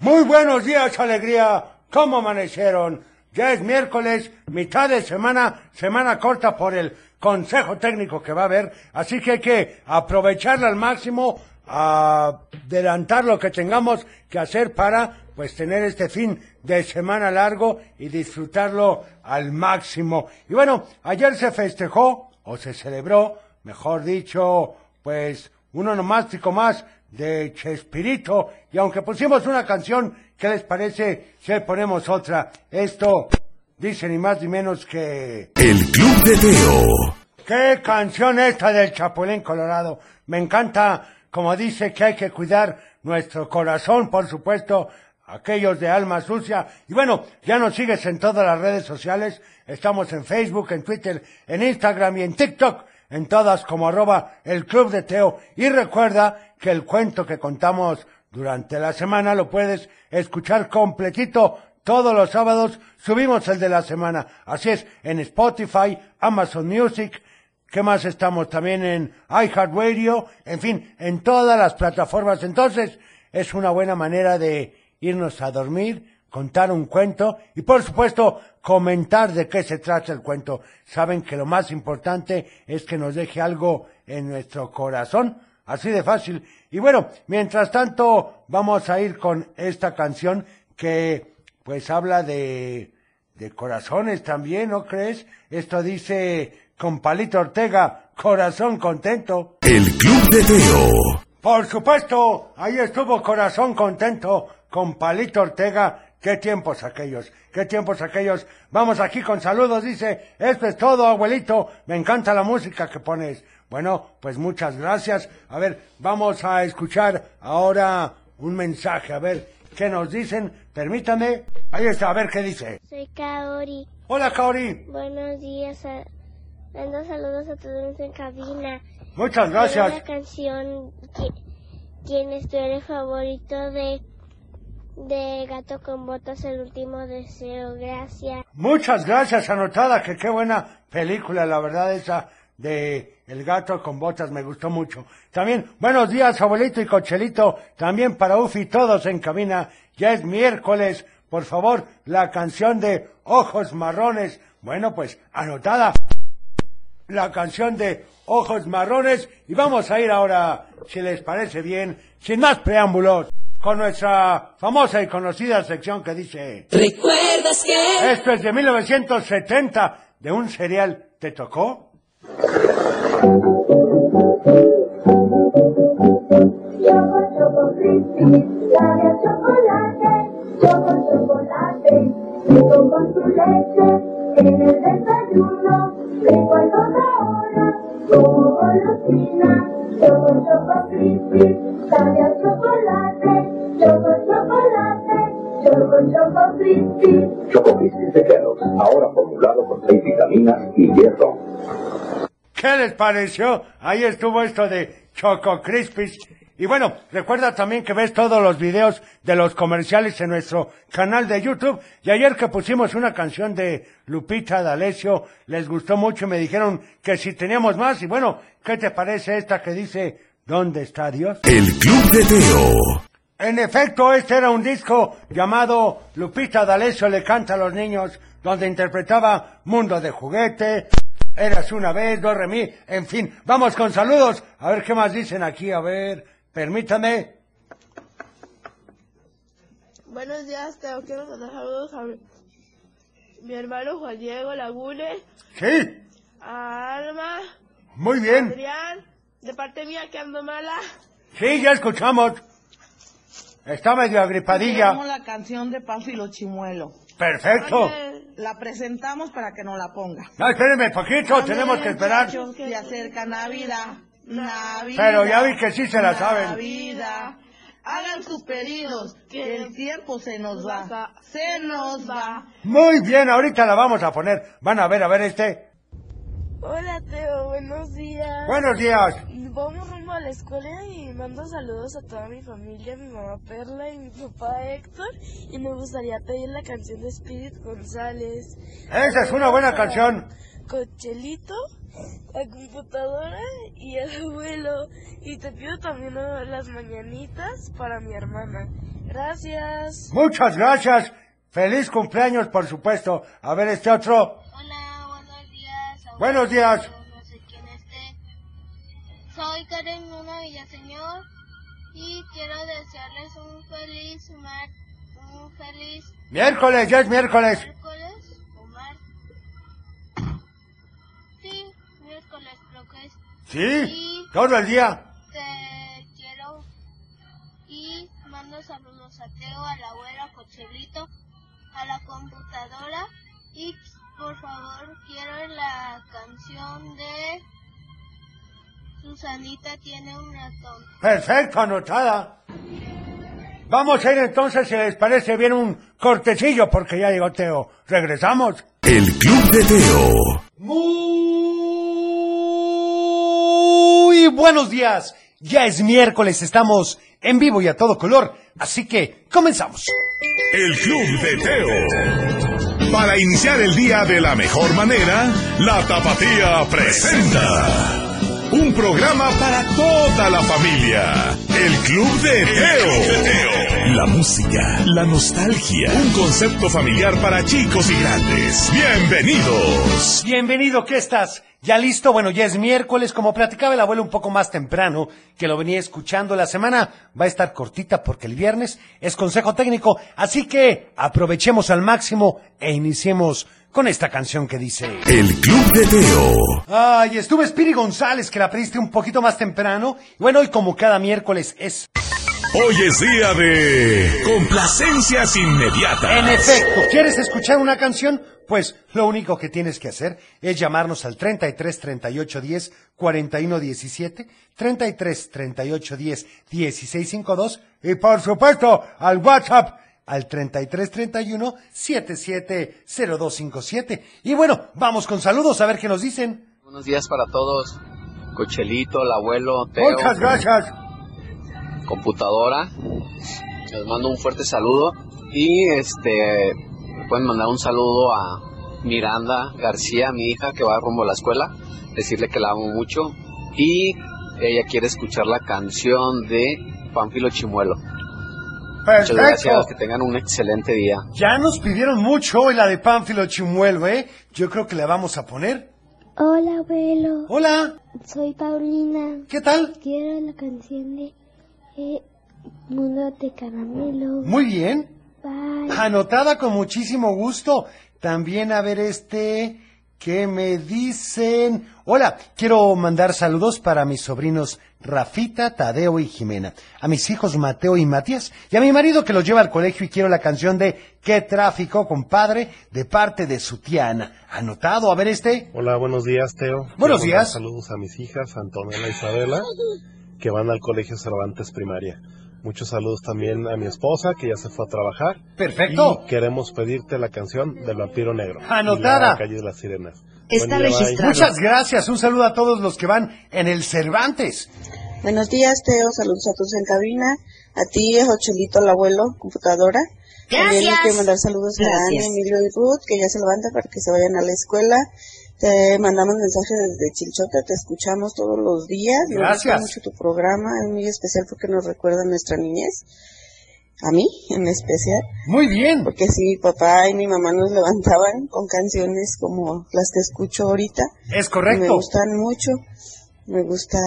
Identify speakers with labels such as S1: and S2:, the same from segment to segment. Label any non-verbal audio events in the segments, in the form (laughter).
S1: Muy buenos días, alegría. ¿Cómo amanecieron? Ya es miércoles, mitad de semana, semana corta por el consejo técnico que va a haber, así que hay que aprovecharla al máximo, adelantar lo que tengamos que hacer para pues tener este fin de semana largo y disfrutarlo al máximo. Y bueno, ayer se festejó o se celebró, mejor dicho, pues un onomástico más de Chespirito. Y aunque pusimos una canción, ¿qué les parece si le ponemos otra? Esto dice ni más ni menos que...
S2: El Club de Teo.
S1: ¿Qué canción esta del Chapulín Colorado? Me encanta, como dice, que hay que cuidar nuestro corazón, por supuesto, aquellos de alma sucia. Y bueno, ya nos sigues en todas las redes sociales. Estamos en Facebook, en Twitter, en Instagram y en TikTok. En todas como arroba el Club de Teo. Y recuerda que el cuento que contamos durante la semana lo puedes escuchar completito todos los sábados. Subimos el de la semana. Así es, en Spotify, Amazon Music, ¿Qué más estamos? También en iHeartRadio, en fin, en todas las plataformas. Entonces, es una buena manera de irnos a dormir, contar un cuento y, por supuesto, comentar de qué se trata el cuento. Saben que lo más importante es que nos deje algo en nuestro corazón, así de fácil. Y bueno, mientras tanto, vamos a ir con esta canción que, pues, habla de, de corazones también, ¿no crees? Esto dice con Palito Ortega, corazón contento.
S2: El Club de Teo.
S1: Por supuesto, ahí estuvo corazón contento con Palito Ortega. Qué tiempos aquellos, qué tiempos aquellos. Vamos aquí con saludos, dice, esto es todo, abuelito. Me encanta la música que pones. Bueno, pues muchas gracias. A ver, vamos a escuchar ahora un mensaje. A ver, ¿qué nos dicen? Permítame. Ahí está, a ver qué dice.
S3: Soy Kaori.
S1: Hola, Kaori.
S3: Buenos días. a- Mando saludos a todos en cabina.
S1: Muchas
S3: Quiero La
S1: gracias.
S3: canción qui- ¿Quién es tu héroe favorito de de Gato con Botas el último deseo? Gracias.
S1: Muchas gracias, anotada, que qué buena película, la verdad, esa de El gato con botas, me gustó mucho. También, buenos días, abuelito y cochelito, también para Ufi, todos en cabina, ya es miércoles, por favor, la canción de Ojos Marrones, bueno, pues, anotada, la canción de Ojos Marrones, y vamos a ir ahora, si les parece bien, sin más preámbulos, con nuestra famosa y conocida sección que dice...
S4: ¿Recuerdas que?
S1: Esto es de 1970, de un serial. ¿Te tocó?
S5: Choco, choco, crispy, sabe a chocolate. Choco, chocolate, rico con su leche. En el desayuno, rico a toda hora, como golosina. Choco, choco, crispy, sabe a chocolate. Choco, chocolate, choco, choco, crispy.
S6: Choco Crispies de Kellogg's, ahora formulado con seis vitaminas y hierro.
S1: ¿Qué les pareció? Ahí estuvo esto de Choco Crispies. Y bueno, recuerda también que ves todos los videos de los comerciales en nuestro canal de YouTube. Y ayer que pusimos una canción de Lupita D'Alessio, les gustó mucho y me dijeron que si teníamos más. Y bueno, ¿qué te parece esta que dice ¿Dónde está Dios?
S2: El Club de Teo.
S1: En efecto, este era un disco llamado Lupita D'Alessio le canta a los niños, donde interpretaba Mundo de Juguete, Eras una vez, Do Re Mi, en fin. Vamos con saludos, a ver qué más dicen aquí, a ver, permítame.
S7: Buenos días, Teo. Quiero mandar saludos a mi, mi hermano Juan Diego Lagune,
S1: Sí,
S7: a Alma,
S1: muy bien.
S7: Adrián, de parte mía que ando mala.
S1: Sí, ya escuchamos. Está medio
S8: Tenemos
S1: agripadilla.
S8: la canción de Paso y los Chimuelos.
S1: Perfecto.
S7: Oye,
S8: La presentamos para que nos la ponga.
S1: No, espérenme poquito, tenemos que esperar.
S8: Muchachos, Se acerca Navidad. Navidad.
S1: Pero ya vi que sí se la saben.
S8: Navidad. Hagan sus pedidos, que el tiempo se nos va. Se nos va.
S1: Muy bien, ahorita la vamos a poner. Van a ver, a ver este.
S7: Hola, Teo. Buenos días.
S1: Buenos días.
S7: Voy rumbo a la escuela y mando saludos a toda mi familia, mi mamá Perla y mi papá Héctor. Y me gustaría pedir la canción de Spirit González.
S1: Esa es una buena canción.
S7: Cochelito, la computadora y el abuelo. Y te pido también las mañanitas para mi hermana.
S9: Gracias.
S10: Muchas gracias. Feliz cumpleaños, por supuesto. A ver este otro.
S3: Hola, buenos días. abuelo,
S10: Buenos días.
S3: No sé quién esté. Soy Karen Luna Villaseñor y quiero desearles un feliz mar, un feliz
S10: Miércoles, ya es miércoles.
S3: miércoles o mar. Sí, miércoles creo que es.
S10: Sí, todo el día.
S3: Te quiero y mando saludos a Teo, a la abuela, a Cochelito, a la computadora y por favor quiero la canción de Susanita tiene un ratón.
S10: Perfecto, anotada. Vamos a ir entonces, si les parece bien, un cortecillo, porque ya llegó Teo. Regresamos.
S2: El Club de Teo.
S1: Muy buenos días. Ya es miércoles, estamos en vivo y a todo color, así que comenzamos.
S2: El Club de Teo. Para iniciar el día de la mejor manera, la Tapatía presenta un programa para toda la familia. El Club de Teo. La música, la nostalgia, un concepto familiar para chicos y grandes. Bienvenidos.
S1: Bienvenido, ¿qué estás? ¿Ya listo? Bueno, ya es miércoles, como platicaba el abuelo un poco más temprano, que lo venía escuchando la semana, va a estar cortita porque el viernes es consejo técnico, así que aprovechemos al máximo e iniciemos con esta canción que dice...
S2: El Club de Teo.
S1: Ay, estuve Spiri González, que la pediste un poquito más temprano. Y bueno, hoy como cada miércoles es...
S2: Hoy es día de complacencias inmediatas.
S1: En efecto, ¿quieres escuchar una canción? Pues lo único que tienes que hacer es llamarnos al 33 38 10 41 17, 33 38 10 16 52
S10: Y por supuesto, al WhatsApp.
S1: al 33 31 77 0257. Y bueno, vamos con saludos a ver qué nos dicen.
S11: Buenos días para todos. Cochelito, el abuelo, Teo,
S10: Muchas gracias.
S11: computadora. Les mando un fuerte saludo. Y este, me pueden mandar un saludo a Miranda García, mi hija que va rumbo a la escuela. Decirle que la amo mucho. Y ella quiere escuchar la canción de Panfilo Chimuelo. Muchas
S10: Perfecto.
S11: gracias, que tengan un excelente día.
S1: Ya nos pidieron mucho hoy la de Pánfilo Chimuelo, ¿eh? Yo creo que la vamos a poner.
S3: Hola abuelo,
S1: Hola,
S3: soy Paulina.
S1: ¿qué tal?
S3: Quiero la canción de eh, Mundo de Caramelo.
S1: Muy bien.
S3: Bye.
S1: Anotada con muchísimo gusto. También a ver este que me dicen. Hola, quiero mandar saludos para mis sobrinos Rafita, Tadeo y Jimena, a mis hijos Mateo y Matías, y a mi marido que los lleva al colegio y quiero la canción de ¿Qué tráfico, compadre? de parte de su tía Ana. Anotado, a ver este.
S6: Hola, buenos días, Teo.
S1: Buenos
S6: Quiero mandar
S1: días.
S6: Saludos a mis hijas, Antonella y Isabela, que van al Colegio Cervantes Primaria. Muchos saludos también a mi esposa, que ya se fue a trabajar.
S1: Perfecto.
S6: Y queremos pedirte la canción del Vampiro Negro.
S1: Anotada.
S6: Y la calle de las Sirenas.
S7: Está
S6: Buen día, bye.
S7: registrada.
S1: Muchas gracias, un saludo a todos los que van en el Cervantes.
S7: Buenos días, Teo. Saludos a todos en cabina. A ti, a Jochelito, el abuelo, computadora. También le quiero mandar saludos a Ana,
S4: Gracias.
S7: Emilio y Ruth, que ya se levantan para que se vayan a la escuela. Te mandamos mensajes desde Chilchota, te escuchamos todos los días.
S1: Gracias.
S7: Nos gusta mucho tu programa, es muy especial porque nos recuerda a nuestra niñez. A mí, en especial.
S1: Muy bien.
S7: Porque sí, mi papá y mi mamá nos levantaban con canciones como las que escucho ahorita.
S1: Es
S7: Me
S1: correcto.
S7: gustan mucho. Me gusta.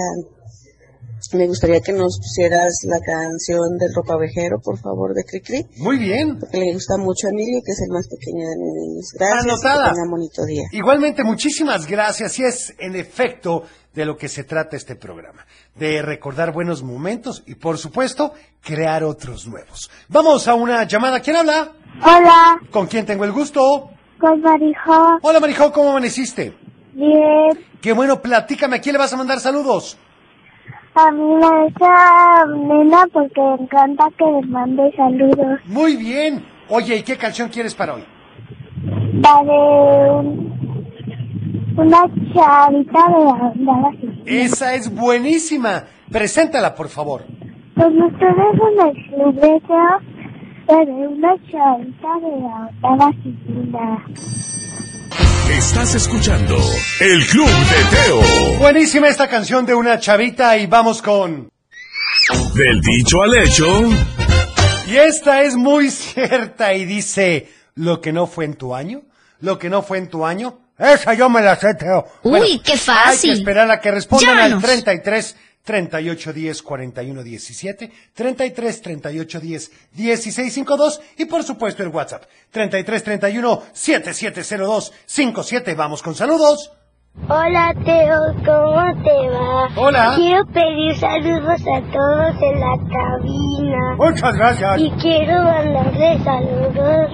S7: Me gustaría que nos pusieras la canción del ropavejero, por favor, de Cricri,
S1: Muy bien.
S7: porque le gusta mucho a Emilio, que es el más pequeño de mis niños. Gracias.
S1: Anotada.
S7: Que tengan bonito día.
S1: Igualmente, muchísimas gracias. Y es, en efecto, de lo que se trata este programa. De recordar buenos momentos y, por supuesto, crear otros nuevos. Vamos a una llamada. ¿Quién habla?
S3: Hola,
S1: ¿Con quién tengo el gusto?
S3: con Marijo.
S1: Hola, Marijón, ¿cómo amaneciste?
S3: Bien.
S1: Qué bueno, platícame. ¿A quién le vas a mandar saludos?
S3: A mí me gusta nena porque me encanta que les mande saludos.
S1: Muy bien. Oye, ¿y qué canción quieres para hoy?
S3: La de un- una chavita de andar así.
S1: Esa es buenísima. Preséntala, por favor.
S5: Pues
S3: Con ustedes en el club de Teo, la de una chavita de andar así. nena.
S2: Estás escuchando El Club de Teo.
S1: Buenísima esta canción de una chavita y vamos con...
S2: Del dicho al hecho,
S1: Y esta es muy (laughs) cierta y dice, lo que no fue en tu año, lo que no fue en tu año, esa yo me la sé, Teo.
S7: Uy, qué fácil.
S1: Hay que esperar a que respondan al
S7: Llámanos.
S1: 33 38 10 41 17, 33 38 10 16 52 y por supuesto el WhatsApp 33 31 7702 57. Vamos con saludos.
S3: Hola Teo, ¿cómo te va?
S1: Hola.
S3: Quiero pedir saludos a todos en la cabina.
S12: Muchas gracias.
S3: Y quiero mandarle saludos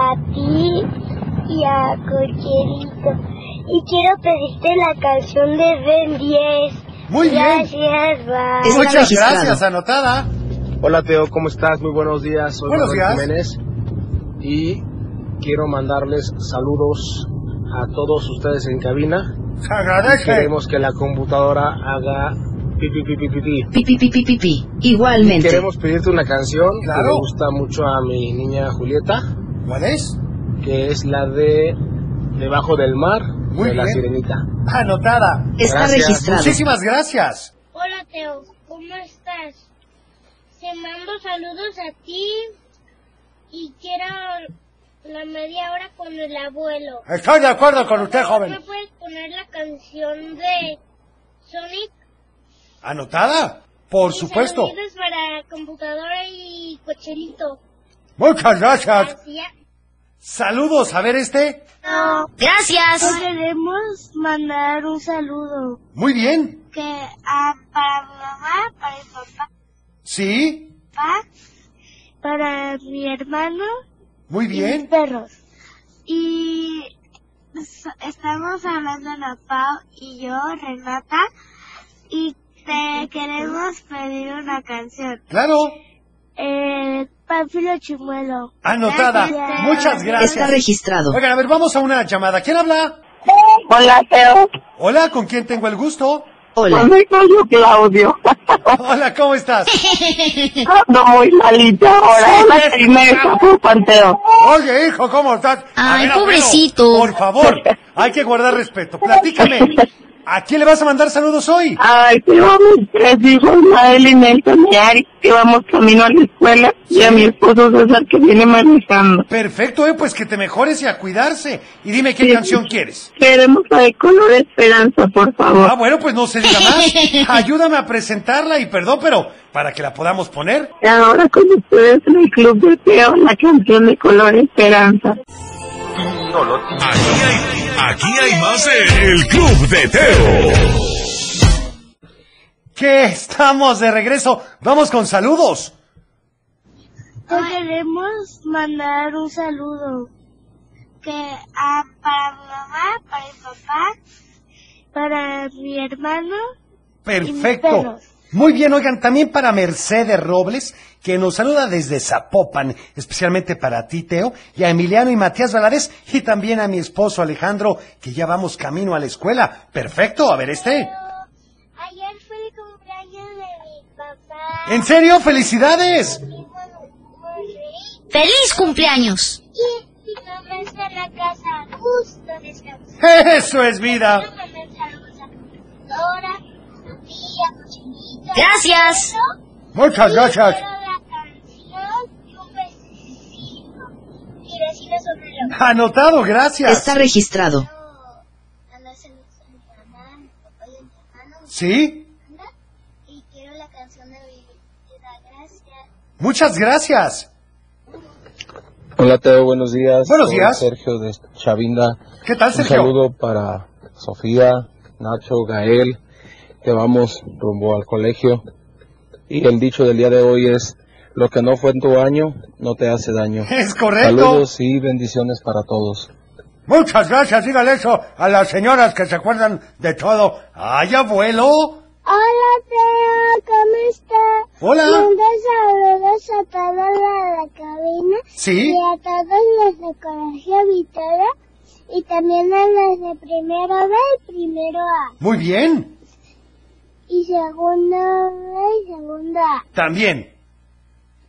S3: a ti y a Cocherito. Y quiero pedirte la canción de Ben 10.
S1: Muy bien.
S3: Gracias, bye.
S1: Muchas gracias, anotada.
S11: Hola Teo, ¿cómo estás? Muy buenos días. Soy
S1: Buenos
S11: Manuel Jiménez y quiero mandarles saludos a todos ustedes en cabina.
S12: Se agradece.
S11: Queremos que la computadora haga pi pi pi pi pi pi.
S7: Pi, pi, pi, pi, pi, pi.
S11: Y
S7: Igualmente.
S11: Queremos pedirte una canción que
S7: Claro.
S11: le gusta mucho a mi niña Julieta.
S1: ¿Cuál es?
S11: Que es la de Debajo del Mar de la
S1: bien.
S11: Sirenita.
S1: Anotada.
S11: Está Gracias. registrado.
S1: Muchísimas gracias.
S3: Hola Teo, ¿cómo estás? Te mando saludos a ti y quiero la media hora con el abuelo.
S12: Estoy de acuerdo con usted, joven.
S3: ¿Me puedes poner la canción de Sonic?
S1: ¿Anotada? Por supuesto.
S3: Saludos para computadora y cocherito.
S1: Muchas gracias.
S3: Gracias.
S1: Saludos, a ver este.
S3: Gracias. Queremos mandar un saludo
S1: Muy bien.
S3: que a- para mi mamá, para mi papá,
S1: Sí,
S3: para mi hermano
S1: muy
S3: y mis
S1: bien.
S3: perros. Y so- estamos hablando Ana Pau y yo, Renata, y te queremos pedir una canción.
S1: Claro.
S3: Eh, Pánfilo Chimuelo.
S1: Anotada. Muchas gracias.
S7: Está registrado.
S1: Oigan, a ver, vamos a una llamada. ¿Quién habla?
S4: Hola, Teo.
S1: Hola, ¿con quién tengo el gusto?
S7: Hola.
S4: Yo, Claudio. (laughs)
S1: Hola, ¿cómo estás?
S4: Ando muy malita ahora. Es la primera que fue Panteo.
S12: Oye, hijo, ¿cómo estás? A
S7: Ay,
S12: ver, abuelo,
S7: pobrecito.
S12: Por favor, hay que guardar respeto. Platícame. ¿A quién le vas a mandar saludos hoy?
S4: Ay, tengo a mis tres hijos, Madeline, Nelson y Ari, que vamos camino a la escuela, y a mi esposo César, que viene manejando.
S1: Perfecto, eh, pues que te mejores y a cuidarse. Y dime qué canción quieres.
S4: Queremos la de color esperanza, por favor.
S1: Ah, bueno, pues no se diga
S7: (laughs)
S1: más. Ayúdame a presentarla y perdón, pero para que la podamos poner.
S4: Y ahora con ustedes en el Club de Teo, la canción de color esperanza.
S2: Aquí hay, aquí hay más de El Club de Teo.
S1: Que estamos de regreso. Vamos con saludos.
S3: Te queremos mandar un saludo que a- para mi mamá, para mi papá, para mi hermano. Y mis
S1: Perfecto.
S3: perros.
S1: Muy bien, oigan, también para Mercedes Robles, que nos saluda desde Zapopan, especialmente para ti, Teo, y a Emiliano y Matías Valadez, y también a mi esposo Alejandro, que ya vamos camino a la escuela. Perfecto, a ver este.
S3: Ayer fue el cumpleaños de mi papá.
S1: ¿En serio? ¡Felicidades!
S7: ¡Feliz cumpleaños!
S3: Y mi mamá está en la casa justo descansando.
S1: ¡Eso es vida!
S3: Mandar saludos a Dora, a ti, a Cochinito.
S7: Gracias.
S1: Muchas gracias.
S3: Y decirle sobre lo
S1: Anotado, gracias.
S7: Está registrado.
S3: Mandar saludos a mi mamá, a mi papá y a mi hermano.
S1: ¿Sí?
S3: Y quiero la canción de Vida, gracias.
S1: Muchas gracias.
S13: Hola Teo, buenos días.
S1: Buenos
S13: Soy
S1: días.
S13: Sergio de Chavinda.
S1: ¿Qué tal, Sergio?
S13: Un saludo para Sofía, Nacho, Gael, que vamos rumbo al colegio. Y el dicho del día de hoy es, lo que no fue en tu año, no te hace daño.
S1: (laughs) Es correcto.
S13: Saludos y bendiciones para todos.
S12: Muchas gracias, dígale eso a las señoras que se acuerdan de todo. ¡Ay, abuelo!
S14: Hola, Teo, ¿cómo estás?
S1: Hola.
S14: Mando saludos a todos de la cabina.
S1: Sí.
S14: Y a todos los de Colegio Vitoria. Y también a los de primero B y primero A.
S1: Muy bien.
S14: Y segundo B y segunda A.
S1: También.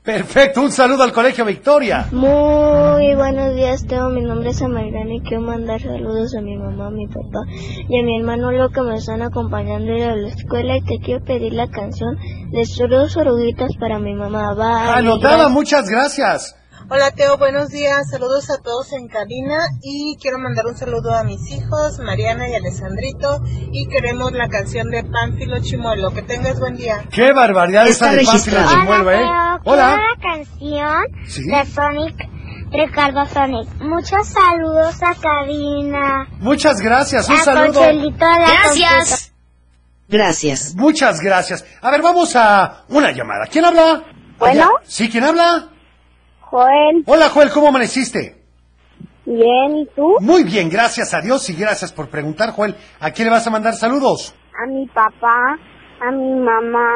S1: Perfecto, un saludo al Colegio Victoria.
S15: Muy buenos días, Teo. Mi nombre es Amairani y quiero mandar saludos a mi mamá, a mi papá y a mi hermano Lo que me están acompañando de la escuela. Y te quiero pedir la canción de Soros Oruguitas para mi mamá. Bye.
S1: Anotada, muchas gracias.
S7: Hola Teo, buenos días, saludos a todos en cabina y quiero mandar un saludo a mis hijos, Mariana y Alessandrito, y queremos la canción de Pánfilo Chimuelo. Que tengas buen día.
S1: Qué barbaridad
S7: Está
S1: esa de Pánfilo
S7: registrado.
S1: Chimuelo, ¿eh?
S7: Hola,
S16: Quiero
S1: Hola.
S16: la canción
S1: Sí.
S16: de Sonic, Ricardo Sonic. Muchos saludos a cabina.
S1: Muchas gracias,
S3: Ah,
S1: un
S16: A
S1: saludo.
S16: Consuelito, a la Consuelito.
S1: Gracias. Muchas gracias. A ver, vamos a una llamada. ¿Quién habla?
S4: Bueno.
S1: Sí, ¿quién habla?
S4: Joel,
S1: Hola, Joel, ¿cómo amaneciste?
S4: bien, ¿y tú?
S1: Muy bien, gracias a Dios y gracias por preguntar, Joel. ¿A quién le vas a mandar saludos?
S4: A mi papá, a mi mamá,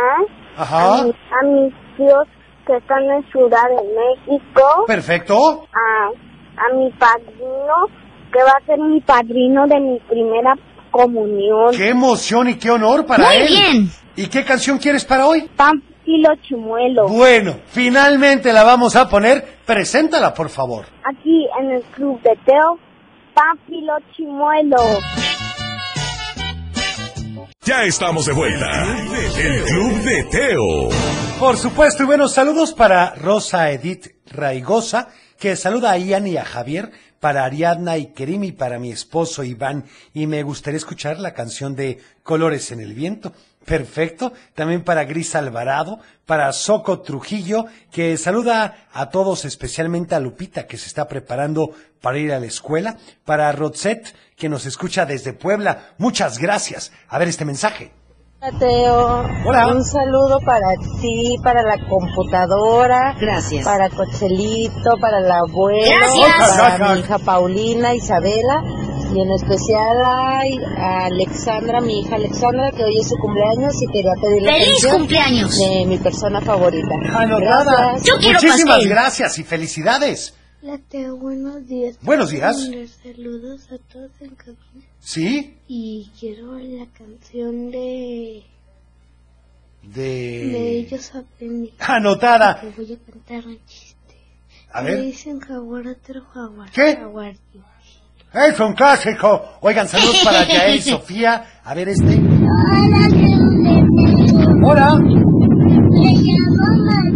S1: Ajá.
S4: a, mi- a mis tíos que están en Ciudad de México,
S1: Perfecto.
S4: a, a mi padrino que va a ser mi padrino de mi primera comunión.
S1: Qué emoción y qué honor para
S4: Muy
S1: él.
S4: bien.
S1: ¿Y qué canción quieres para hoy?
S4: Pánfilo Chimuelo.
S1: Bueno, finalmente la vamos a poner. Preséntala, por favor.
S4: Aquí en el Club de Teo, Pánfilo Chimuelo.
S2: Ya estamos de vuelta. El Club de Teo.
S1: Por supuesto, y buenos saludos para Rosa Edith Raigosa, que saluda a Ian y a Javier, para Ariadna y Kerim y para mi esposo Iván. Y me gustaría escuchar la canción de Colores en el Viento. Perfecto. También para Gris Alvarado, para Soco Trujillo, que saluda a todos, especialmente a Lupita, que se está preparando para ir a la escuela, para Roxette, que nos escucha desde Puebla. Muchas gracias. A ver este mensaje.
S7: Hola Teo, un saludo para ti, para la computadora,
S11: Gracias.
S7: para Cochelito, para la abuela,
S11: Gracias.
S7: para mi hija Paulina, Isabela y en especial ay, a Alexandra, mi hija Alexandra, que hoy es su cumpleaños y quería pedirle
S11: ¡Feliz
S7: cumpleaños de mi persona favorita.
S1: Anotada.
S7: Gracias.
S1: Muchísimas gracias y felicidades.
S3: Hola, Teo, buenos días.
S1: Buenos días.
S3: Quiero mandar saludos a todos en cabina
S1: ¿Sí?
S3: y quiero la canción de de
S1: De...
S3: ellos aprendí.
S1: Anotada.
S3: Te voy a cantar un chiste.
S1: A
S3: Le
S1: ver.
S3: dicen jaguar a otro jaguar.
S1: ¿Qué?
S3: Jaguar.
S1: Es un clásico. Oigan, saludos para Yael y Sofía. A ver este. Hola.
S16: Me llamo Matías.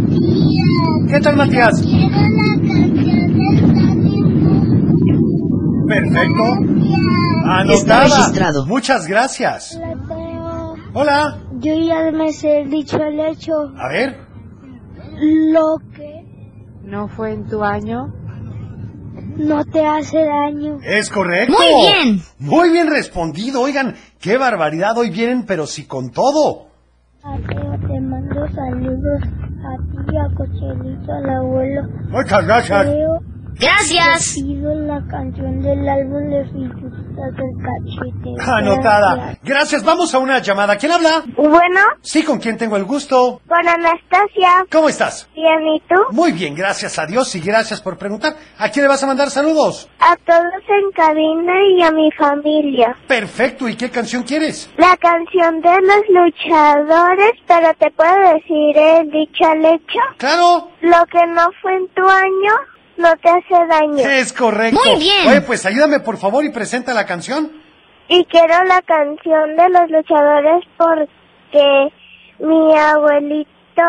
S1: ¿Qué tal, Matías?
S16: Quiero la canción de Sonic.
S1: Perfecto.
S11: Está
S1: Anotada.
S11: registrado.
S1: Muchas gracias. Hola.
S3: Yo ya me sé el dicho al hecho.
S1: A ver.
S3: Lo que no fue en tu año no te hace daño.
S1: Es correcto.
S3: Muy bien.
S1: Muy bien respondido. Oigan, qué barbaridad. Hoy vienen, pero sí con todo.
S3: Mateo, te mando saludos a ti, a Cochelito, al abuelo.
S1: Muchas gracias.
S3: Creo que Te pido la canción del álbum de figuritas del cachete.
S1: Anotada. Gracias. Vamos a una llamada. ¿Quién habla?
S3: Bueno.
S1: Sí, ¿con quién tengo el gusto?
S3: Con Anastasia.
S1: ¿Cómo estás?
S3: Bien, ¿y tú?
S1: Muy bien, gracias a Dios y gracias por preguntar. ¿A quién le vas a mandar saludos?
S3: A todos en cabina y a mi familia.
S1: Perfecto, ¿y qué canción quieres?
S3: La canción de los luchadores, pero te puedo decir el dicho al hecho.
S1: Claro.
S3: Lo que no fue en tu año no te hace daño.
S1: Es correcto. Oye, pues ayúdame por favor y presenta la canción.
S3: Y quiero la canción de los luchadores porque mi abuelito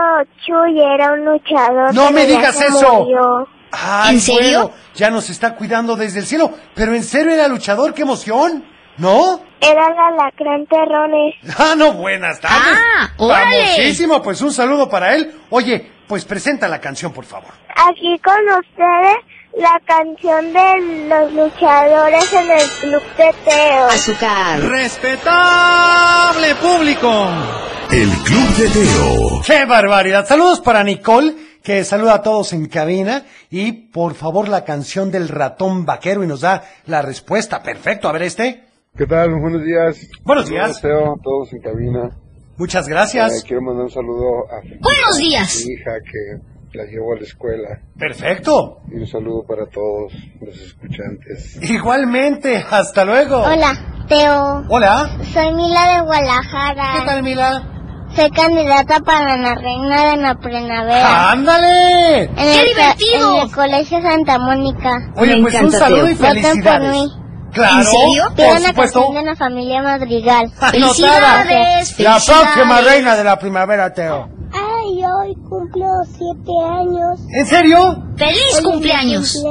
S3: Chuy era un luchador.
S1: ¡No
S3: pero
S1: me
S3: ya
S1: digas
S3: se
S1: eso!
S3: murió.
S1: Ay,
S3: ¿En serio?
S1: bueno, ya nos está cuidando desde el cielo. Pero en serio era luchador, qué emoción. ¿No? (laughs)
S3: Era la alacrán Terrones.
S1: Ah, no, buenas tardes. Ah,
S3: órale.
S1: Famosísimo, pues un saludo para él. Oye, pues presenta la canción, por favor.
S3: Aquí con ustedes la canción de los luchadores en el club de Teo.
S11: Azúcar.
S1: Respetable público.
S2: El Club de Teo.
S1: ¡Qué barbaridad! Saludos para Nicole, que saluda a todos en cabina. Y por favor, la canción del ratón vaquero y nos da la respuesta. Perfecto, a ver este.
S6: ¿Qué tal? Buenos días.
S1: Buenos días.
S6: Teo, a todos en cabina.
S1: Muchas gracias.
S6: Eh, quiero mandar un saludo a
S11: Buenos días.
S6: mi hija que la llevo a la escuela.
S1: Perfecto.
S6: Y un saludo para todos los escuchantes.
S1: Igualmente, hasta luego.
S16: Hola, Teo.
S1: Hola.
S16: Soy Mila de Guadalajara. ¿Qué
S1: tal, Mila?
S3: Soy candidata para la reina de la primavera.
S1: Ah, ¡Ándale!
S3: En el co- En el colegio Santa Mónica.
S1: Oye, pues un saludo y
S3: Voten por
S1: felicidades.
S3: mí.
S1: Claro,
S3: Pido
S1: por
S3: la
S1: supuesto. (laughs)
S3: canción de la familia Madrigal.
S1: La próxima reina de la primavera, Teo.
S3: Ay, hoy cumplo siete años.
S1: ¿En serio?
S3: ¡Feliz cumpleaños!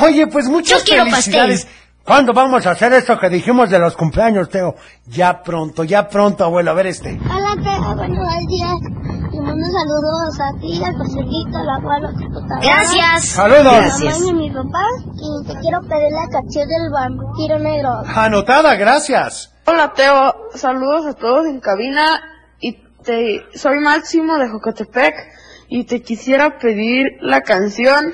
S1: Oye, pues muchas
S3: Yo quiero
S1: felicidades.
S3: pastel.
S1: ¿Cuándo vamos a hacer esto que dijimos de los cumpleaños, Teo? Ya pronto, ya pronto, abuelo. A ver este.
S3: Hola, Teo, buenos días. Y unos saludos a ti, a Joselito, al abuelo, a tu papá.
S1: Gracias. Saludos. Gracias.
S3: A mi mamá y a mi papá. Y te quiero pedir la canción del vampiro negro.
S1: Anotada, gracias.
S17: Hola Teo, saludos a todos en cabina y te soy Máximo de Jocotepec y te quisiera pedir la canción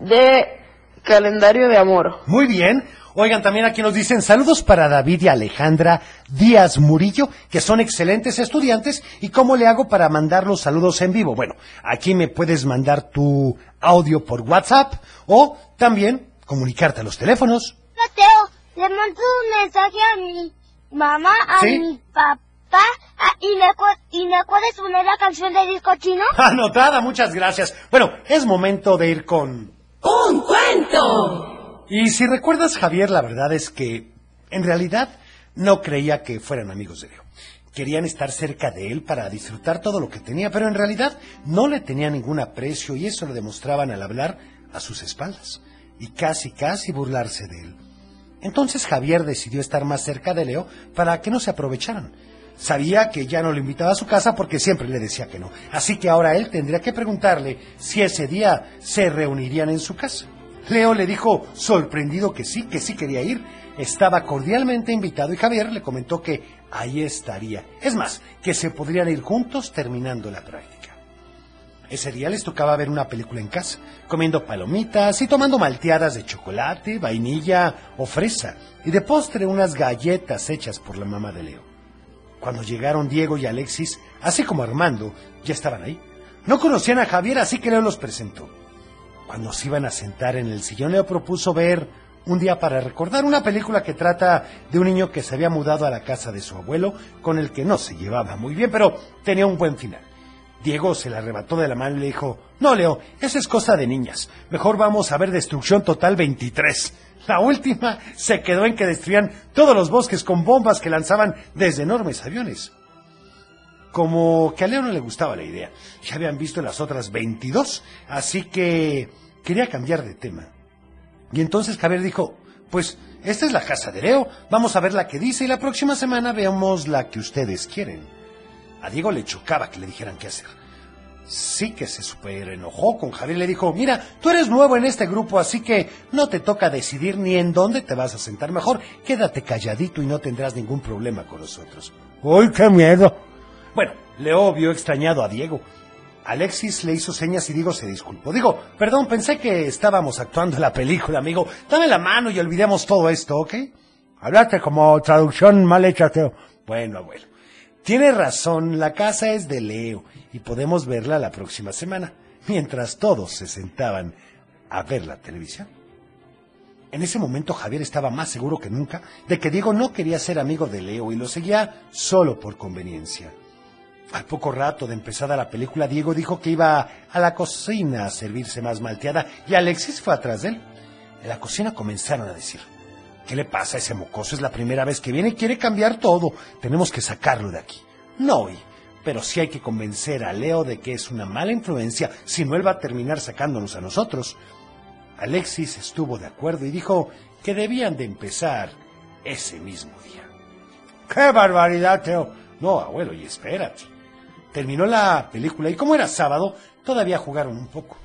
S17: de Calendario de Amor.
S1: Muy bien. Oigan, también aquí nos dicen saludos para David y Alejandra Díaz Murillo, que son excelentes estudiantes. ¿Y cómo le hago para mandar los saludos en vivo? Bueno, aquí me puedes mandar tu audio por WhatsApp o también comunicarte a los teléfonos.
S3: Hola, Teo, le mando un mensaje a mi mamá, a
S1: Sí.
S3: mi papá, a- y, me, cu- ¿y me puedes poner la canción de disco chino?
S1: (laughs) Anotada, muchas gracias. Bueno, es momento de ir con...
S3: ¡Un cuento!
S1: Y si recuerdas, Javier, la verdad es que en realidad no creía que fueran amigos de Leo. Querían estar cerca de él para disfrutar todo lo que tenía, pero en realidad no le tenía ningún aprecio y eso lo demostraban al hablar a sus espaldas y casi, casi burlarse de él. Entonces Javier decidió estar más cerca de Leo para que no se aprovecharan. Sabía que ya no lo invitaba a su casa porque siempre le decía que no. Así que ahora él tendría que preguntarle si ese día se reunirían en su casa. Leo le dijo sorprendido que sí, que sí quería ir. Estaba cordialmente invitado y Javier le comentó que ahí estaría. Es más, que se podrían ir juntos terminando la práctica. Ese día les tocaba ver una película en casa, comiendo palomitas y tomando malteadas de chocolate, vainilla o fresa, y de postre unas galletas hechas por la mamá de Leo. Cuando llegaron Diego y Alexis, así como Armando, ya estaban ahí. No conocían a Javier, así que Leo los presentó. Cuando se iban a sentar en el sillón, Leo propuso ver Un día para recordar una película que trata de un niño que se había mudado a la casa de su abuelo, con el que no se llevaba muy bien, pero tenía un buen final. Diego se la arrebató de la mano y le dijo, no, Leo, esa es cosa de niñas. Mejor vamos a ver Destrucción Total 23. La última se quedó en que destruían todos los bosques con bombas que lanzaban desde enormes aviones. Como que a Leo no le gustaba la idea. Ya habían visto las otras 22, así que quería cambiar de tema. Y entonces Javier dijo, pues esta es la casa de Leo, vamos a ver la que dice y la próxima semana veamos la que ustedes quieren. A Diego le chocaba que le dijeran qué hacer. Sí que se super enojó con Javier. Le dijo, mira, tú eres nuevo en este grupo, así que no te toca decidir ni en dónde te vas a sentar. Mejor quédate calladito y no tendrás ningún problema con nosotros. ¡Uy, qué miedo! Bueno, Leo vio extrañado a Diego. Alexis le hizo señas y Diego se disculpó. Digo, perdón, pensé que estábamos actuando en la película, amigo. Dame la mano y olvidemos todo esto, ¿ok? Hablaste como traducción mal hecha, Teo. Bueno, abuelo. Tiene razón, la casa es de Leo y podemos verla la próxima semana, mientras todos se sentaban a ver la televisión. En ese momento Javier estaba más seguro que nunca de que Diego no quería ser amigo de Leo y lo seguía solo por conveniencia. Al poco rato de empezada la película, Diego dijo que iba a la cocina a servirse más malteada y Alexis fue atrás de él. En la cocina comenzaron a decir, ¿qué le pasa a ese mocoso? Es la primera vez que viene y quiere cambiar todo. Tenemos que sacarlo de aquí. No hoy, pero sí hay que convencer a Leo de que es una mala influencia, si no él va a terminar sacándonos a nosotros. Alexis estuvo de acuerdo y dijo que debían de empezar ese mismo día. ¡Qué barbaridad, Teo! No, abuelo, y espérate. Terminó la película y como era sábado, todavía jugaron un poco.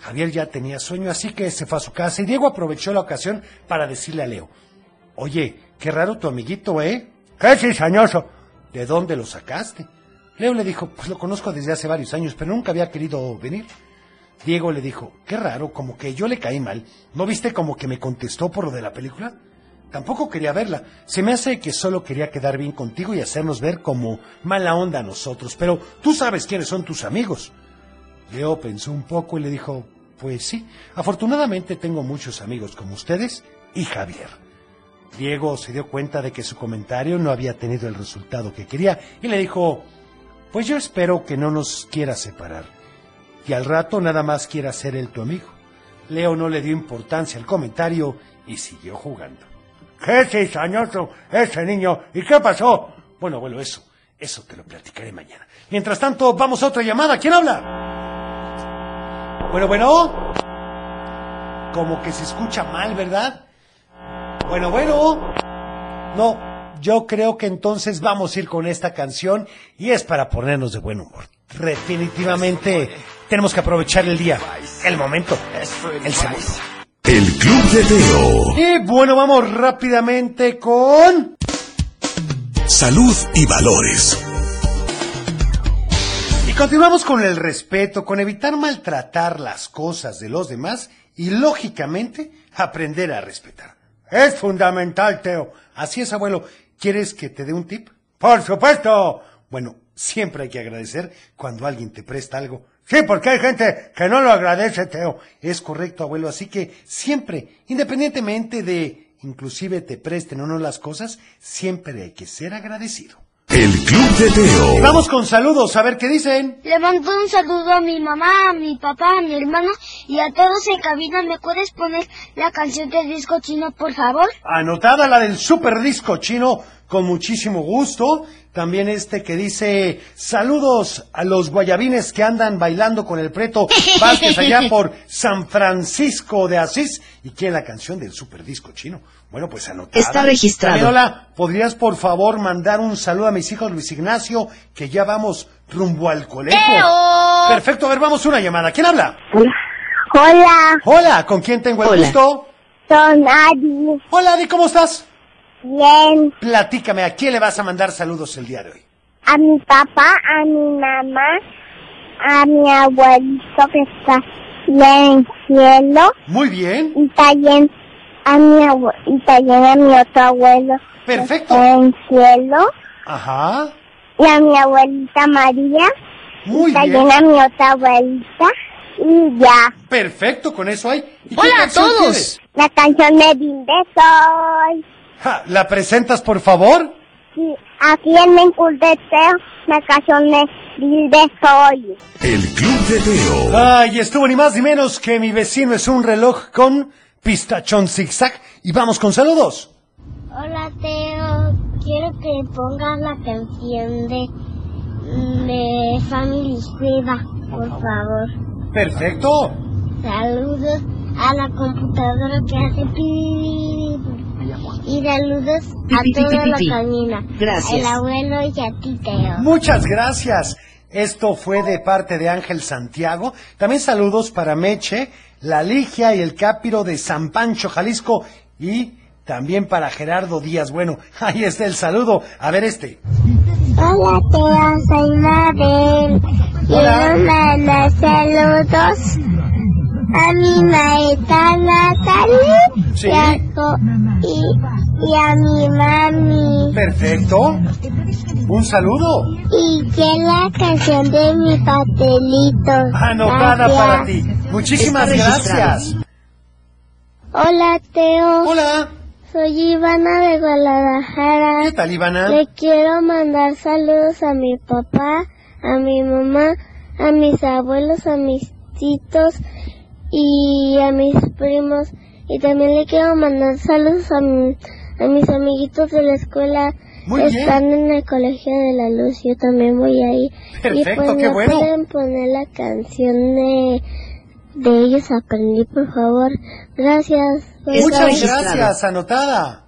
S1: Javier ya tenía sueño, así que se fue a su casa y Diego aprovechó la ocasión para decirle a Leo, Oye, qué raro tu amiguito, ¿eh? ¡Qué cizañoso! ¿De dónde lo sacaste? Leo le dijo, pues lo conozco desde hace varios años, pero nunca había querido venir. Diego le dijo, qué raro, como que yo le caí mal. ¿No viste como que me contestó por lo de la película? Tampoco quería verla. Se me hace que solo quería quedar bien contigo y hacernos ver como mala onda a nosotros, pero tú sabes quiénes son tus amigos. Leo pensó un poco y le dijo, pues sí, afortunadamente tengo muchos amigos como ustedes y Javier. Diego se dio cuenta de que su comentario no había tenido el resultado que quería y le dijo, Pues yo espero que no nos quiera separar, que al rato nada más quiera ser él tu amigo. Leo no le dio importancia al comentario y siguió jugando.
S18: ¡Qué cizañoso ese niño! ¿Y qué pasó?
S1: Bueno, abuelo, eso, eso te lo platicaré mañana. Mientras tanto, vamos a otra llamada. ¿Quién habla? Bueno, bueno. Como que se escucha mal, ¿verdad? Bueno, bueno. No, yo creo que entonces vamos a ir con esta canción y es para ponernos de buen humor. Definitivamente tenemos que aprovechar el día, el momento, el segundo.
S2: El Club de Teo.
S1: Y bueno, vamos rápidamente con...
S2: Salud y valores.
S1: Y continuamos con el respeto, con evitar maltratar las cosas de los demás y lógicamente aprender a respetar.
S18: Es fundamental, Teo.
S1: Así es, abuelo. ¿Quieres que te dé un tip?
S18: Por supuesto.
S1: Bueno, siempre hay que agradecer cuando alguien te presta algo.
S18: Sí, porque hay gente que no lo agradece, Teo.
S1: Es correcto, abuelo. Así que siempre, independientemente de inclusive te presten o no las cosas, siempre hay que ser agradecido.
S2: El Club de Teo.
S1: Vamos con saludos, a ver qué dicen.
S3: Le mando un saludo a mi mamá, a mi papá, a mi hermano y a todos en cabina. ¿Me puedes poner la canción del disco chino, por favor?
S1: Anotada la del super disco chino, con muchísimo gusto. También este que dice, saludos a los guayabines que andan bailando con el
S19: (laughs)
S1: preto Vázquez allá por San Francisco de Asís. Y quiere la canción del super disco chino. Bueno, pues anotada.
S19: Está registrado.
S1: También, hola, ¿podrías por favor mandar un saludo a mis hijos Luis Ignacio, que ya vamos rumbo al colegio?
S3: ¡Eo!
S1: Perfecto, a ver, vamos una llamada. ¿Quién habla?
S5: Hola.
S1: Hola, ¿con quién tengo el
S5: Hola.
S1: gusto?
S5: Son Adi.
S1: Hola, Adi, ¿cómo estás?
S5: Bien.
S1: Platícame, ¿a quién le vas a mandar saludos el día de hoy?
S5: A mi papá, a mi mamá, a mi abuelito que está ya en cielo.
S1: Muy bien.
S5: Y también a mi abue- y también a mi otro abuelo. que
S1: Perfecto.
S5: está en cielo.
S1: Ajá.
S5: Y a mi abuelita María.
S1: Muy
S5: y también
S1: bien.
S5: a mi otra abuelita. Y ya.
S1: Perfecto, con eso hay. ¿Y qué
S5: Hola a
S1: canción
S5: todos.
S1: quieres?
S5: La canción de Brindé Soy.
S1: Ja, ¿La presentas, por favor?
S5: Sí, aquí en el Teo, la canción de Brindé Soy.
S2: El Club de Teo.
S1: Ay, estuvo ni más ni menos que mi vecino es un reloj con pistachón zigzag. Y vamos con saludos.
S3: Hola, Teo. Quiero que pongas la canción de Me Family Cuida, por favor.
S1: Perfecto.
S3: Saludos a la computadora que hace pi y saludos a
S19: Pi, pi, pi,
S3: toda
S19: pi,
S3: la
S19: pi.
S3: camina,
S19: Gracias.
S3: al abuelo y a ti Teo.
S1: Muchas gracias. Esto fue de parte de Ángel Santiago. También saludos para Meche, la Ligia y el Cápiro de San Pancho, Jalisco. Y también para Gerardo Díaz. Bueno, (laughs) ahí está el saludo. A ver este.
S3: Hola Teo, soy Mabel. Quiero mandar saludos a mi maestra Natalie
S1: Sí.
S3: y, a co- y- y a mi mami.
S1: Perfecto. Un saludo.
S3: Y que la canción de mi pastelito.
S1: Anotada
S3: Gracias.
S1: para ti. Muchísimas
S3: Está
S1: gracias.
S3: Hola Teo.
S1: Hola.
S3: Soy Ivana de Guadalajara.
S1: ¿Qué tal, Ivana?
S3: Le quiero mandar saludos a mi papá, a mi mamá, a mis abuelos, a mis titos y a mis primos. Y también le quiero mandar saludos a, mi- a mis amiguitos de la escuela.
S1: Muy bien.
S3: Están en el Colegio de la Luz, yo también voy ahí.
S1: Perfecto,
S3: y pues
S1: qué
S3: me
S1: bueno.
S3: pueden poner la canción de, de ellos aprendí, por favor. Gracias.
S1: Muchas gracias, anotada.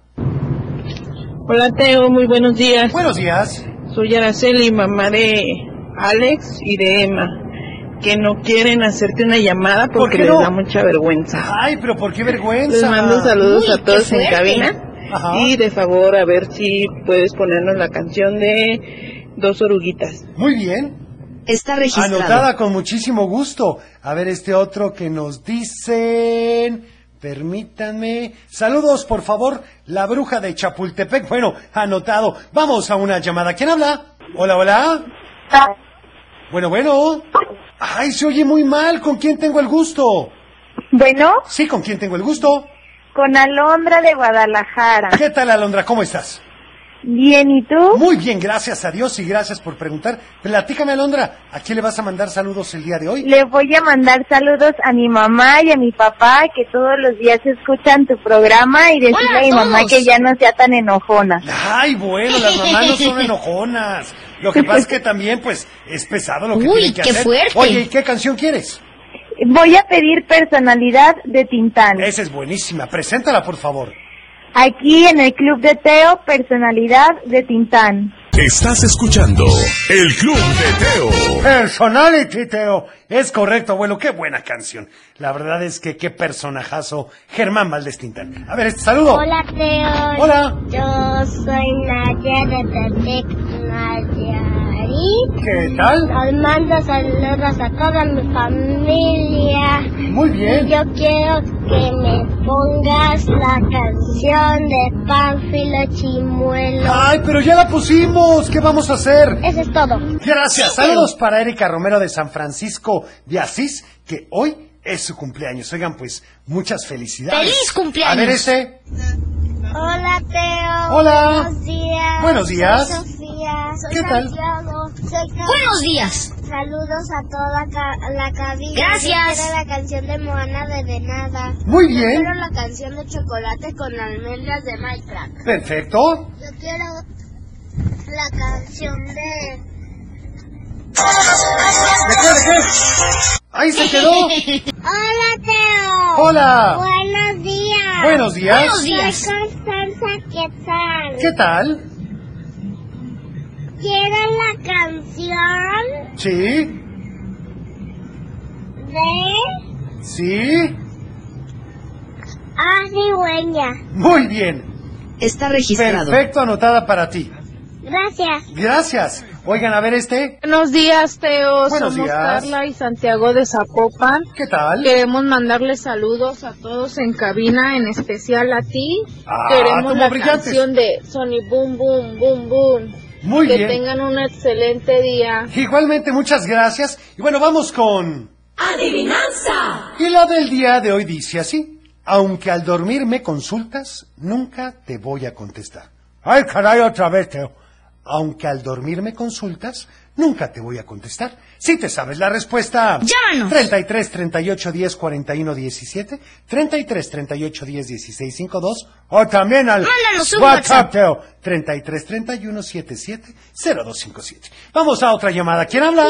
S4: Hola Teo, muy buenos días.
S1: Buenos días.
S4: Soy Araceli, mamá de Alex y de Emma, que no quieren hacerte una llamada
S1: ¿Por
S4: porque
S1: qué
S4: les
S1: no?
S4: da mucha vergüenza.
S1: Ay, pero por qué vergüenza.
S4: Les mando saludos a todos en cabina
S1: Ajá.
S4: y de favor a ver si puedes ponernos la canción de Dos oruguitas.
S1: Muy bien.
S4: Está
S1: Anotada con muchísimo gusto. A ver este otro que nos dicen. Permítanme. Saludos, por favor, la bruja de Chapultepec. Bueno, anotado. Vamos a una llamada. ¿Quién habla? Hola, hola. Bueno, bueno. Ay, se oye muy mal. ¿Con quién tengo el gusto?
S7: Bueno,
S1: Sí, ¿con quién tengo el gusto?
S7: con Alondra de Guadalajara.
S1: ¿Qué tal, Alondra? ¿Cómo estás?
S7: Bien, ¿y tú?
S1: Muy bien, gracias a Dios y gracias por preguntar. Platícame, Alondra, ¿a quién le vas a mandar saludos el día de hoy?
S7: Le voy a mandar saludos a mi mamá y a mi papá que todos los días escuchan tu programa y decirle a mi mamá que ya no sea tan enojona.
S1: Ay, bueno, las mamás no son enojonas. Lo que pasa es que también, pues, es pesado lo que
S7: Uy,
S1: tienen que
S7: qué
S1: hacer.
S7: fuerte.
S1: Oye, ¿y qué canción quieres?
S7: Voy a pedir personalidad de Tintán.
S1: Esa es buenísima. Preséntala, por favor.
S7: Aquí en el Club de Teo, personalidad de Tintán.
S2: Estás escuchando El Club de Teo.
S1: Personality, Teo. Es correcto, abuelo. Qué buena canción. La verdad es que qué personajazo. Germán Valdés Tintán. A ver, este saludo.
S3: Hola, Teo.
S1: Hola.
S3: Yo soy Nadia de Tepec, Nayarit.
S1: ¿Qué tal?
S7: Ah,
S3: Os mando saludos a toda mi familia.
S1: Muy bien.
S3: Yo quiero que me pongas la canción de Pánfilo Chimuelo.
S1: Ay, pero ya la pusimos. ¿Qué vamos a hacer?
S3: Eso es todo.
S1: Gracias. Saludos para Erika Romero de San Francisco de Asís, que hoy es su cumpleaños. Oigan, pues, muchas felicidades.
S3: ¡Feliz cumpleaños!
S1: A ver ese.
S3: Hola, Teo.
S1: Hola.
S3: Buenos días.
S1: Buenos días.
S3: Soy Sofía. Soy
S1: ¿Qué tal?
S3: Santiago. Soy Carlos.
S20: Buenos días.
S3: Saludos a toda ca- la cabina.
S20: Gracias.
S3: Yo quiero la canción de Moana de De Nada.
S1: Muy bien.
S3: Yo quiero la canción de Chocolate con almendras de Minecraft.
S1: Perfecto.
S3: Yo quiero la canción de...
S1: Recuerde que- Ahí se quedó.
S3: Hola, Teo.
S1: Hola.
S3: Buenos días.
S1: Buenos días. Buenos días.
S3: Soy Constanza, ¿qué tal?
S1: ¿Qué tal?
S3: Quiero la canción
S1: Sí,
S3: de
S1: sí.
S3: Ah, Arigüeña.
S1: Muy bien.
S7: Está
S1: Perfecto, anotada para ti.
S3: Gracias.
S1: Gracias. Oigan, a ver este.
S4: Buenos días, Teo.
S1: Buenos
S4: Somos
S1: días.
S4: Carla y Santiago de Zapopan.
S1: ¿Qué tal?
S4: Queremos mandarles saludos a todos en cabina, en especial a ti.
S1: Ah,
S4: Queremos
S1: como
S4: la
S1: brillantes.
S4: canción de Sony Boom Boom Boom Boom.
S1: Muy
S4: que
S1: bien.
S4: tengan un excelente día.
S1: Igualmente, muchas gracias. Y bueno, vamos con...
S4: ¡Adivinanza!
S1: Y la del día de hoy dice así. Aunque al dormir me consultas, nunca te voy a contestar. Ay, caray, otra vez, Teo. Aunque al dormir me consultas, nunca te voy a contestar. Si te sabes la respuesta...
S20: Llámanos.
S1: 33 38 10 41 17, 33 38 10 16 52, o también al
S20: Mándanos un WhatsApp.
S1: WhatsApp, Teo. 33 31 77 0257. Vamos a otra llamada. ¿Quién habla?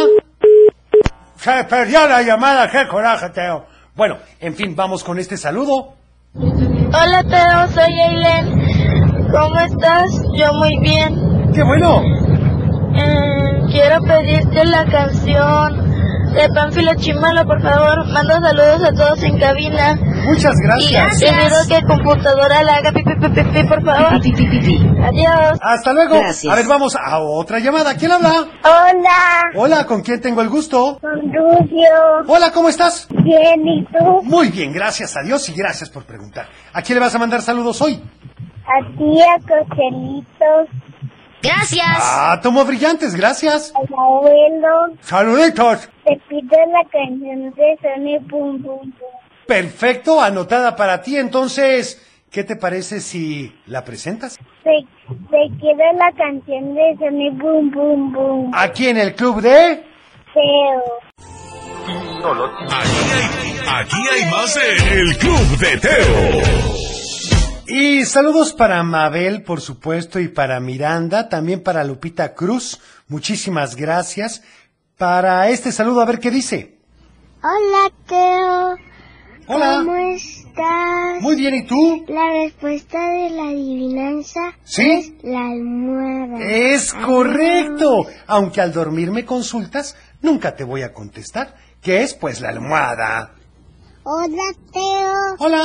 S1: Se perdió la llamada, qué coraje, Teo. Bueno, en fin, vamos con este saludo.
S5: Hola Teo, soy Ailen. ¿Cómo estás? Yo muy bien.
S1: ¡Qué bueno!
S5: Eh, quiero pedirte la canción de Panfilo Chimalo, por favor. Mando saludos a todos en cabina.
S1: Muchas gracias.
S5: Y te pido que computadora la haga pi, pi, pi, pi, pi, por favor. Adiós.
S1: Hasta luego.
S5: Gracias.
S1: A ver, vamos a otra llamada. ¿Quién habla?
S5: Hola.
S1: Hola, ¿con quién tengo el gusto?
S5: Con Lucio.
S1: Hola, ¿cómo estás?
S5: Bien, ¿y tú?
S1: Muy bien, gracias a Dios y gracias por preguntar. ¿A quién le vas a mandar saludos hoy?
S5: A ti, a Cocelitos,
S20: Gracias.
S1: Ah, tomo brillantes, gracias.
S5: al abuelo.
S1: Saluditos.
S5: Te pido la canción de Sony Pum Pum Pum.
S1: Perfecto, anotada para ti. Entonces, ¿qué te parece si la presentas?
S5: Te, te quiero la canción de Sony Pum Pum Pum.
S1: Aquí en el club de...
S5: Teo.
S2: Aquí hay, aquí hay más de El Club de Teo.
S1: Y saludos para Mabel, por supuesto, y para Miranda, también para Lupita Cruz. Muchísimas gracias. Para este saludo, a ver qué dice.
S3: Hola, Teo.
S1: Hola.
S3: ¿Cómo estás?
S1: Muy bien, ¿y tú?
S3: La respuesta de la adivinanza
S1: ¿Sí?
S3: es la almohada.
S1: Es correcto. Aunque al dormir me consultas, nunca te voy a contestar. ¿Qué es, pues, la almohada?
S3: Hola, Teo.
S1: Hola.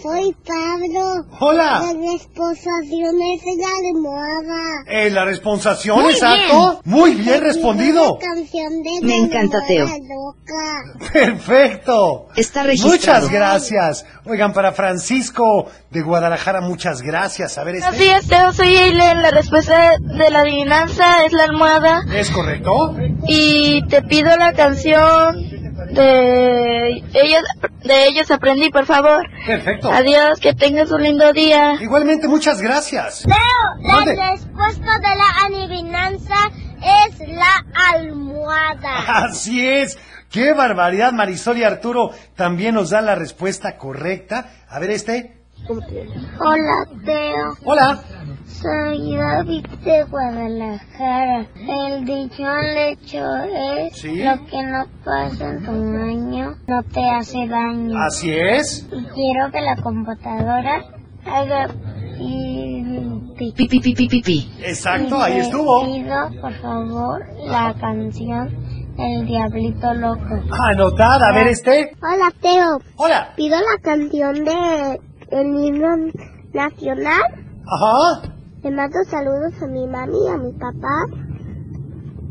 S3: Soy Pablo.
S1: Hola.
S3: La resposición es la almohada.
S1: Eh, la responsación,
S3: Muy
S1: exacto. Muy bien
S3: Te
S1: respondido.
S3: quiero La canción de
S1: Me
S3: la
S1: encanta, Teo.
S3: almohada loca.
S1: Perfecto.
S7: Está registrado.
S1: Muchas gracias. Oigan, para Francisco de Guadalajara, muchas gracias. A ver,
S5: Buenos
S1: este...
S5: días, Teo. Soy Aileen. La respuesta de la adivinanza es la almohada.
S1: ¿es correcto?
S5: Y te pido la canción
S21: de ellos, de ellos aprendí, por favor.
S1: Perfecto.
S21: Adiós, que tengas un lindo día.
S1: Igualmente, muchas gracias. (laughs)
S3: Leo,
S1: ¿Dónde?
S3: la respuesta de la adivinanza es la almohada.
S1: Así es. Qué barbaridad, Marisol y Arturo también nos dan la respuesta correcta. A ver este.
S3: Hola, Teo.
S1: Hola.
S3: Soy David de Guadalajara. El dichón lecho es
S1: Sí.
S3: lo que no pasa en tu año no te hace daño.
S1: Así es.
S3: Y quiero que la computadora haga pi
S21: pi pi pi pi pi. pi.
S1: Exacto, ahí estuvo.
S3: Y le pido, por favor, la canción El Diablito Loco.
S1: Anotada, a ver este.
S22: Hola, Teo.
S1: Hola.
S22: Pido la canción de el himno nacional.
S1: Ajá.
S22: Le mando saludos a mi mami, a mi papá,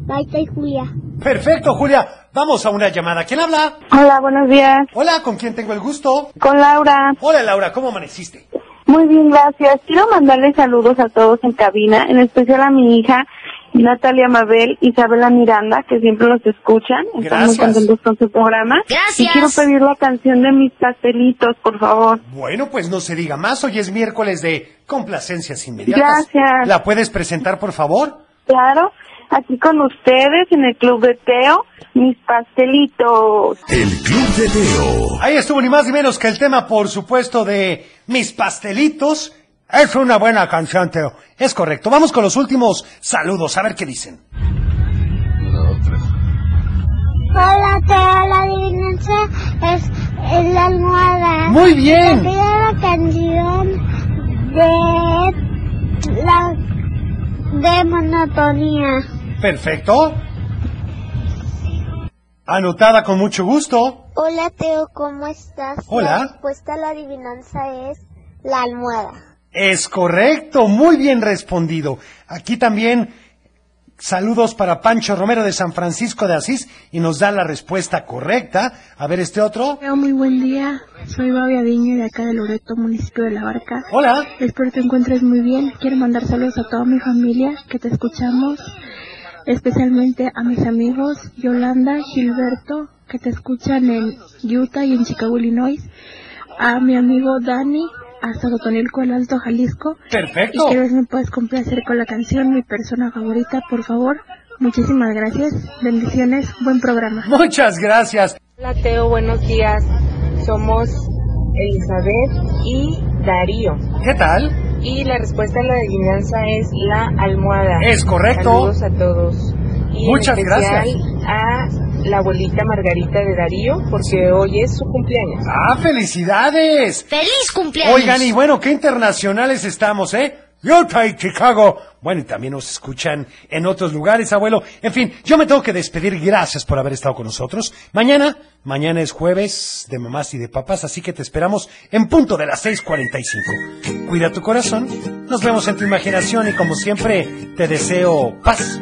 S22: Maite y Julia.
S1: Perfecto, Julia. Vamos a una llamada. ¿Quién habla?
S7: Hola, buenos días.
S1: Hola, ¿con quién tengo el gusto?
S7: Con Laura.
S1: Hola, Laura, ¿cómo amaneciste?
S7: Muy bien, gracias. Quiero mandarle saludos a todos en cabina, en especial a mi hija Natalia Mabel, Isabela Miranda, que siempre los escuchan. Están muy
S1: Gracias.
S7: contentos con su programa.
S1: Gracias.
S7: Y quiero pedir la canción de mis pastelitos, por favor.
S1: Bueno, pues no se diga más. Hoy es miércoles de complacencias inmediatas.
S7: Gracias.
S1: ¿La puedes presentar, por favor?
S7: Claro, aquí con ustedes en el Club de Teo, mis pastelitos.
S2: Club de Teo.
S1: Ahí estuvo ni más ni menos que el tema, por supuesto, de mis pastelitos. Es una buena canción, Teo. Es correcto. Vamos con los últimos saludos, a ver qué dicen.
S3: Hola, Teo, la adivinanza es, es la almohada.
S1: Muy bien.
S3: Te pido la canción de la de monotonía.
S1: Perfecto. Anotada con mucho gusto.
S22: Hola, Teo, ¿cómo estás?
S1: Hola.
S22: La respuesta a la adivinanza es la almohada.
S1: Es correcto, muy bien respondido. Aquí también saludos para Pancho Romero de San Francisco de Asís y nos da la respuesta correcta. A ver este otro.
S23: Hola, muy buen día. Soy Babi Adiño de acá de Loreto, municipio de La Barca.
S1: Hola.
S23: Espero te encuentres muy bien. Quiero mandar saludos a toda mi familia que te escuchamos, especialmente a mis amigos Yolanda, Gilberto, que te escuchan en Utah y en Chicago, Illinois, a mi amigo Dani, hasta Totonilco, el Alto, Jalisco.
S1: Perfecto.
S23: Y que vez Pues me puedes complacer con la canción, mi persona favorita, por favor. Muchísimas gracias. Bendiciones. Buen programa.
S1: Muchas gracias.
S4: Hola Teo, buenos días. Somos Elizabeth y Darío.
S1: ¿Qué tal?
S4: Y la respuesta a la adivinanza es la almohada.
S1: Es correcto.
S4: Saludos a todos. Y en
S1: Muchas
S4: especial
S1: gracias.
S4: A la abuelita Margarita de Darío, porque hoy es su cumpleaños.
S1: Ah, felicidades.
S4: ¡Feliz
S1: Oigan, y bueno, qué internacionales estamos, ¿eh? Utah y Chicago. Bueno, y también nos escuchan en otros lugares, abuelo. En fin, yo me tengo que despedir. Gracias por haber estado con nosotros. Mañana, mañana es jueves de mamás y de papás, así que te esperamos en punto de las 6.45. Cuida tu corazón, nos vemos en tu imaginación y como siempre, te deseo paz.